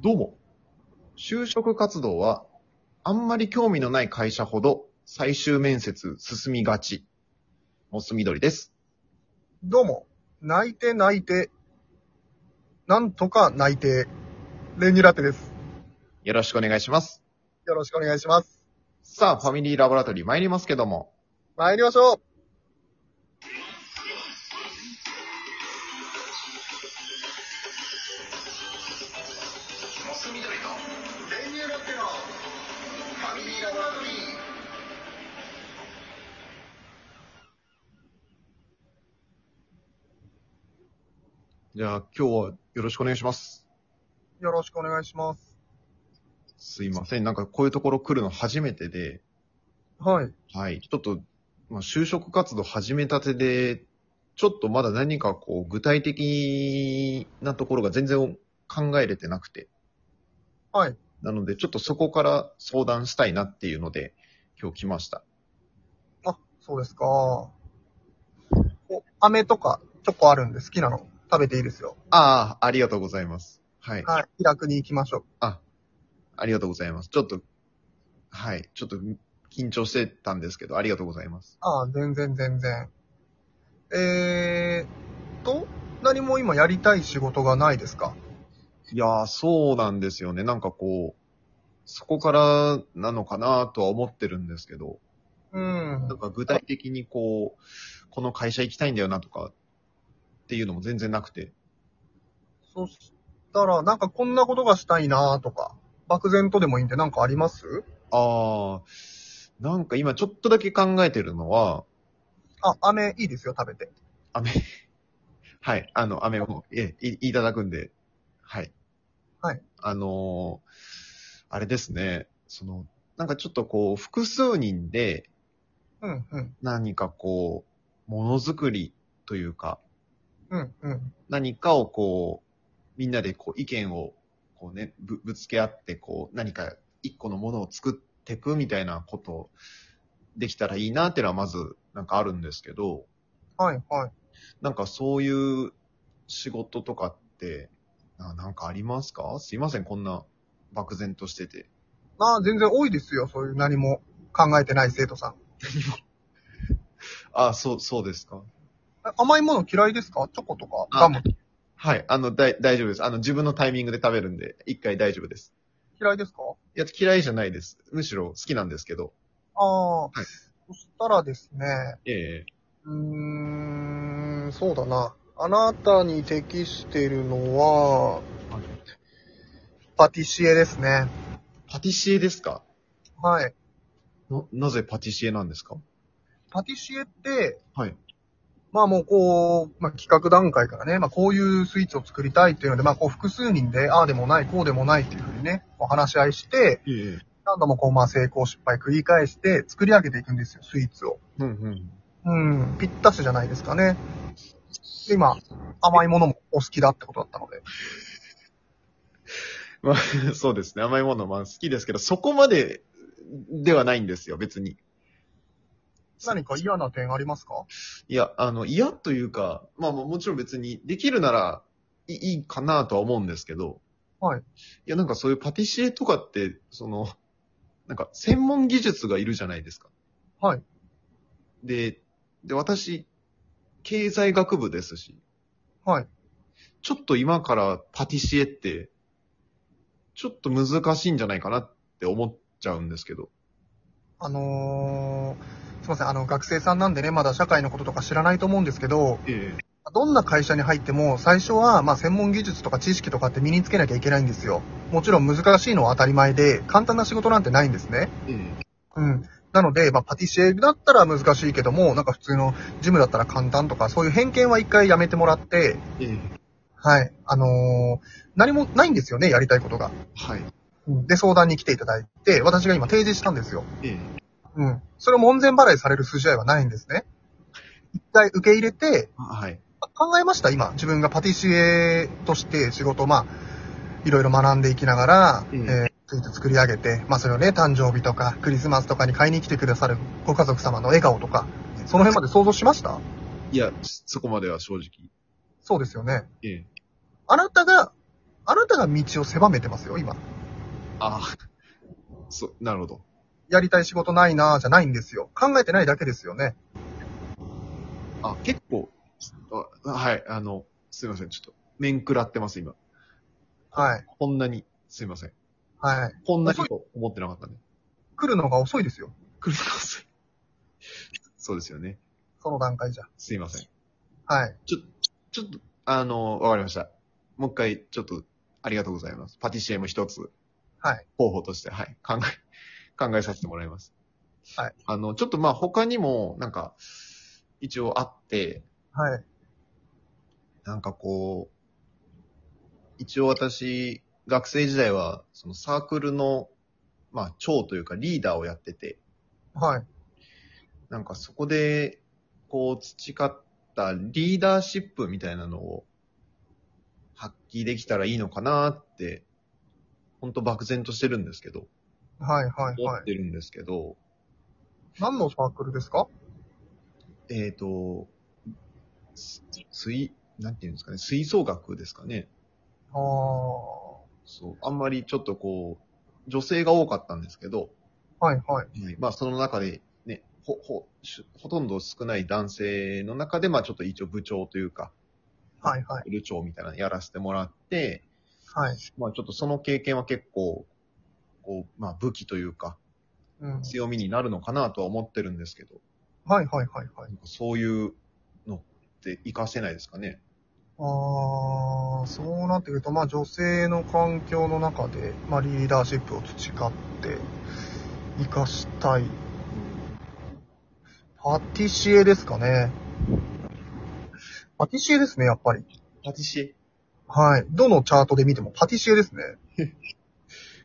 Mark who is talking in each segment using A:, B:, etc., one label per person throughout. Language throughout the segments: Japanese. A: どうも。
B: 就職活動は、あんまり興味のない会社ほど最終面接進みがち。モス緑です。
A: どうも。泣いて泣いて。なんとか泣いて。レニュラテです。
B: よろしくお願いします。
A: よろしくお願いします。
B: さあ、ファミリーラボラトリー参りますけども。
A: 参りましょう。
C: モス緑と練乳ロッテのファミリーラボラトリー
B: じゃあ、今日はよろしくお願いします。
A: よろしくお願いします。
B: すいません。なんかこういうところ来るの初めてで、
A: はい。
B: はい。ちょっと、まあ、就職活動始めたてで、ちょっとまだ何かこう、具体的なところが全然考えれてなくて。
A: はい。
B: なので、ちょっとそこから相談したいなっていうので、今日来ました。
A: あ、そうですか。お、飴とかチョコあるんで好きなの食べていいですよ。
B: ああ、ありがとうございます。はい。
A: はい。気楽に行きましょう。
B: ありがとうございます。ちょっと、はい。ちょっと緊張してたんですけど、ありがとうございます。
A: ああ、全然全然。えーっと、何も今やりたい仕事がないですか
B: いやー、そうなんですよね。なんかこう、そこからなのかなとは思ってるんですけど、
A: うん
B: な。んか具体的にこう、この会社行きたいんだよなとか、っていうのも全然なくて。
A: そしたら、なんかこんなことがしたいなとか、漠然とでもいいんでなんかあります
B: ああ、なんか今ちょっとだけ考えてるのは、
A: あ、飴いいですよ、食べて。
B: 飴。 はい。あの、飴を、え、い、いただくんで。はい。
A: はい。
B: あのーあれですね。その、なんかちょっとこう、複数人で
A: うん、うん、
B: 何かこう、ものづくりというか、
A: うん、うん。
B: 何かをこう、みんなでこう、意見を、こうね、ぶ、ぶつけ合って、こう、何か一個のものを作ってくみたいなこと、できたらいいなっていうのはまず、なんかあるんですけど、
A: はい、はい。
B: なんかそういう仕事とかって、ななんかありますかすいません、こんな漠然としてて。
A: まあ、全然多いですよ、そういう何も考えてない生徒さん。
B: あ、そう、そうですか。
A: え甘いもの嫌いですかチョコとか
B: あ
A: ガム
B: はい、あの、だい大丈夫です。あの、自分のタイミングで食べるんで、一回大丈夫です。
A: 嫌いですか
B: いや、嫌いじゃないです。むしろ好きなんですけど。
A: ああ、
B: い
A: そしたらですね、
B: ええ
A: うーん、そうだな。あなたに適しているのは
B: はい、
A: パティシエですね。
B: パティシエですか
A: はい。
B: な、なぜパティシエなんですか
A: パティシエって、
B: はい。
A: まあもうこう、まあ企画段階からね、まあこういうスイーツを作りたいっていうので、まあこう複数人で、ああでもない、こうでもないっていうふうにね、こう話し合いして、
B: ええ
A: 何度もこうまあ成功失敗繰り返して作り上げていくんですよ、スイーツを。
B: うんうん。
A: うん、ぴったしじゃないですかね。で今、甘いものもお好きだってことだったので。
B: まあ、 そうですね。甘いもの、まあ好きですけど、そこまでではないんですよ、別に。
A: 何か嫌な点ありますか
B: いや、あの、嫌というか、まあまあもちろん別に、できるならいいいかなとは思うんですけど。
A: はい。
B: いや、なんかそういうパティシエとかって、その、なんか専門技術がいるじゃないですか。
A: はい。
B: で、で、私、経済学部ですし、
A: はい。
B: ちょっと今からパティシエって、ちょっと難しいんじゃないかなって思っちゃうんですけど。
A: あのー、すいません、あの学生さんなんでね、まだ社会のこととか知らないと思うんですけど、
B: ええ
A: どんな会社に入っても、最初は、まあ、専門技術とか知識とかって身につけなきゃいけないんですよ。もちろん難しいのは当たり前で、簡単な仕事なんてないんですね。
B: ええ
A: うん。なので、まあ、パティシエだったら難しいけども、なんか普通のジムだったら簡単とか、そういう偏見は一回やめてもらって、
B: ええ
A: はい。あのー何もないんですよね、やりたいことが。
B: はい。
A: うんで、相談に来ていただいて、私が今提示したんですよ。
B: ええ
A: うん。それを門前払いされる筋合いはないんですね。一回受け入れて、
B: あはい。
A: 考えました、今。自分がパティシエとして仕事、まあ、いろいろ学んでいきながら、
B: うん
A: えースイーツ作り上げて、まあ、それをね、誕生日とか、クリスマスとかに買いに来てくださるご家族様の笑顔とか、その辺まで想像しました
B: いや、そこまでは正直。
A: そうですよね。
B: ええ
A: あなたが、あなたが道を狭めてますよ、今。
B: ああ、そう、なるほど。
A: やりたい仕事ないなーじゃないんですよ。考えてないだけですよね。
B: あ、結構、あはい、あの、すいません、ちょっと、面食らってます、今。
A: はい。
B: こんなに、すいません。
A: はい。
B: こんなにと思ってなかっ たね。
A: 来るのが遅いですよ。
B: 来るのが遅い。そうですよね。
A: その段階じゃ。
B: すいません。
A: はい。
B: ちょ、ちょっと、あの、わかりました。もう一回、ちょっと、ありがとうございます。パティシエも一つ、
A: はい。
B: 候補として、はい、考え、考えさせてもらいます。
A: はい。
B: あの、ちょっとまあ他にも、なんか、一応あって、
A: はい。
B: なんかこう、一応私、学生時代は、そのサークルの、まあ、長というかリーダーをやってて、
A: はい。
B: なんかそこで、こう、培ったリーダーシップみたいなのを発揮できたらいいのかなって、ほんと漠然としてるんですけど、
A: はい。はい。
B: 思
A: は
B: ってるんですけど、
A: い。何のサークルですか
B: えっ、と、す水、なんていうんですかね、吹奏楽ですかね。
A: あー。
B: そう、あんまりちょっとこう、女性が多かったんですけど、
A: はい。はい。
B: まあその中で、ね、ほ、ほ、しほとんど少ない男性の中で、まあちょっと一応部長というか、
A: はい。はい。
B: 部長みたいなのやらせてもらって、
A: はい。
B: まあちょっとその経験は結構、こう、まあ武器というか、
A: うん。
B: 強みになるのかなとは思ってるんですけど、
A: はい。はい。はい。はい
B: なん。かそういうのって活かせないですかね。
A: あー、そうなってくると、まあ女性の環境の中で、まあリーダーシップを培って、活かしたい。パティシエですかね。パティシエですね、やっぱり。
B: パティシ
A: はい。どのチャートで見てもパティシエですね。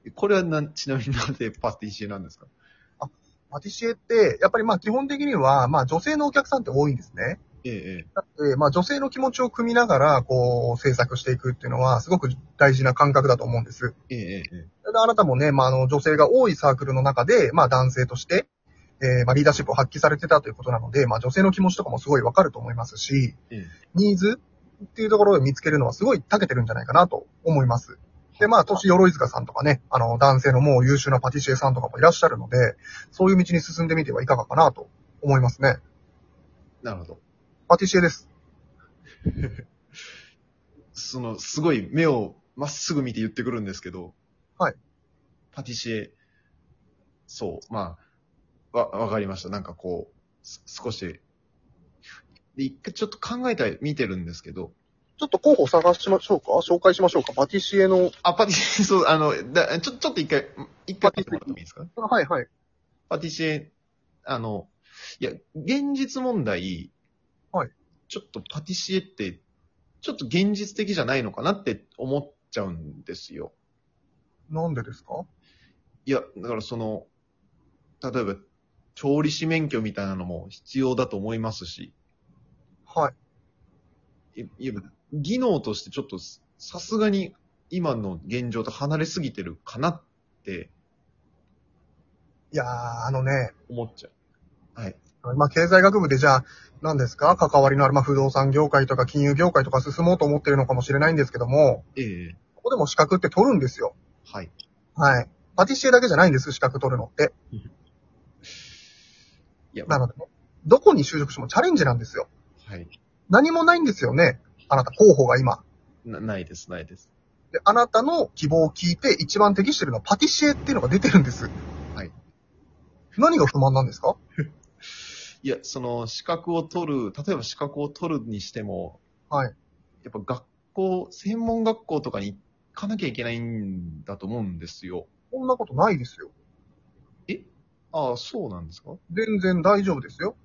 B: エこれはな、ちなみになんでパティシエなんですか
A: パティシエって、やっぱりまあ基本的には、まあ女性のお客さんって多いんですね。
B: ええ、ええ。
A: なので、まあ女性の気持ちを組みながら、こう、制作していくっていうのは、すごく大事な感覚だと思うんです。
B: ええ、ええ。
A: であなたもね、まあ、あの、女性が多いサークルの中で、まあ、男性として、えー、まあ、リーダーシップを発揮されてたということなので、まあ、女性の気持ちとかもすごいわかると思いますし、
B: うん
A: ニーズっていうところを見つけるのはすごい長けてるんじゃないかなと思います。で、まあ、年鎧塚さんとかね、あの、男性のもう優秀なパティシエさんとかもいらっしゃるので、そういう道に進んでみてはいかがかなと思いますね。
B: なるほど。
A: パティシエです。
B: その、すごい目をまっすぐ見て言ってくるんですけど。
A: はい。
B: パティシエ、そう、まあ、わ、わかりました。なんかこう、す少し、で、一回ちょっと考えたり見てるんですけど、
A: ちょっと候補探しましょうか紹介しましょうかパティシエの、
B: あ、パティシエ、そう、あの、だちょ、ちょっと一回、一回見てもらってもいいですか
A: はいはい。
B: パティシエ、あの、いや、現実問題、
A: はい。
B: ちょっとパティシエって、ちょっと現実的じゃないのかなって思っちゃうんですよ。
A: なんでですか
B: いや、だからその、例えば、調理師免許みたいなのも必要だと思いますし、
A: はい。
B: いいや技能としてちょっとささすがに今の現状と離れすぎてるかなって
A: いやー、あのね、
B: 思っちゃう。はい。
A: まあ、経済学部でじゃあ、何ですか関わりのある、まあ、不動産業界とか金融業界とか進もうと思ってるのかもしれないんですけども、
B: ええ
A: ここでも資格って取るんですよ。
B: はい。
A: はい。パティシエだけじゃないんです、資格取るのって。
B: いや、
A: なので、ね、どこに就職してもチャレンジなんですよ。
B: はい。
A: 何もないんですよね。あなた、候補が今。
B: な、ないです、ないです。
A: で、あなたの希望を聞いて一番適してるのはパティシエっていうのが出てるんです。
B: はい。
A: 何が不満なんですか
B: いや、その、資格を取る、例えば資格を取るにしても、
A: はい。
B: やっぱ学校、専門学校とかに行かなきゃいけないんだと思うんですよ。
A: こんなことないですよ。
B: ああ、そうなんですか
A: 全然大丈夫ですよ。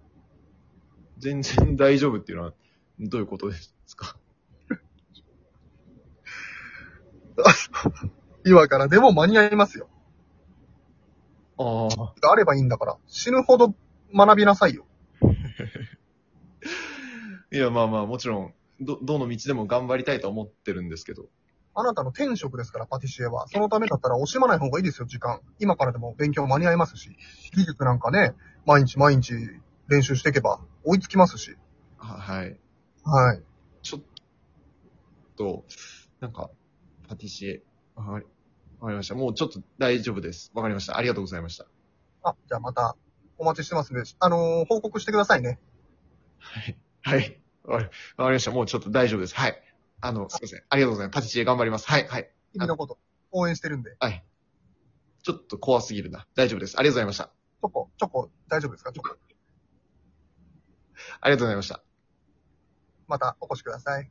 B: 全然大丈夫っていうのは、どういうことですか
A: 今からでも間に合いますよ。
B: ああ。
A: あればいいんだから。死ぬほど学びなさいよ。
B: いや、まあまあ、もちろん、ど、どの道でも頑張りたいと思ってるんですけど。
A: あなたの天職ですから、パティシエは。そのためだったら惜しまない方がいいですよ、時間。今からでも勉強間に合いますし、技術なんかね、毎日毎日練習していけば追いつきますし。
B: ははい。
A: はい。
B: ちょっと、なんか、パティシエ。はい。わかりました。もうちょっと大丈夫です。わかりました。ありがとうございました。
A: あ、じゃあまたお待ちしてますんで、あのー報告してくださいね。
B: はい。はい。わかりわかりました。もうちょっと大丈夫です。はい。あの、すいません。ありがとうございます。パティシエ頑張ります。はい。はい。
A: 君のこと、応援してるんで。
B: ちょっと怖すぎるな。大丈夫です。ありがとうございました。
A: チョコ、チョコ、大丈夫ですかチョコ。
B: ありがとうございました。
A: またお越しください。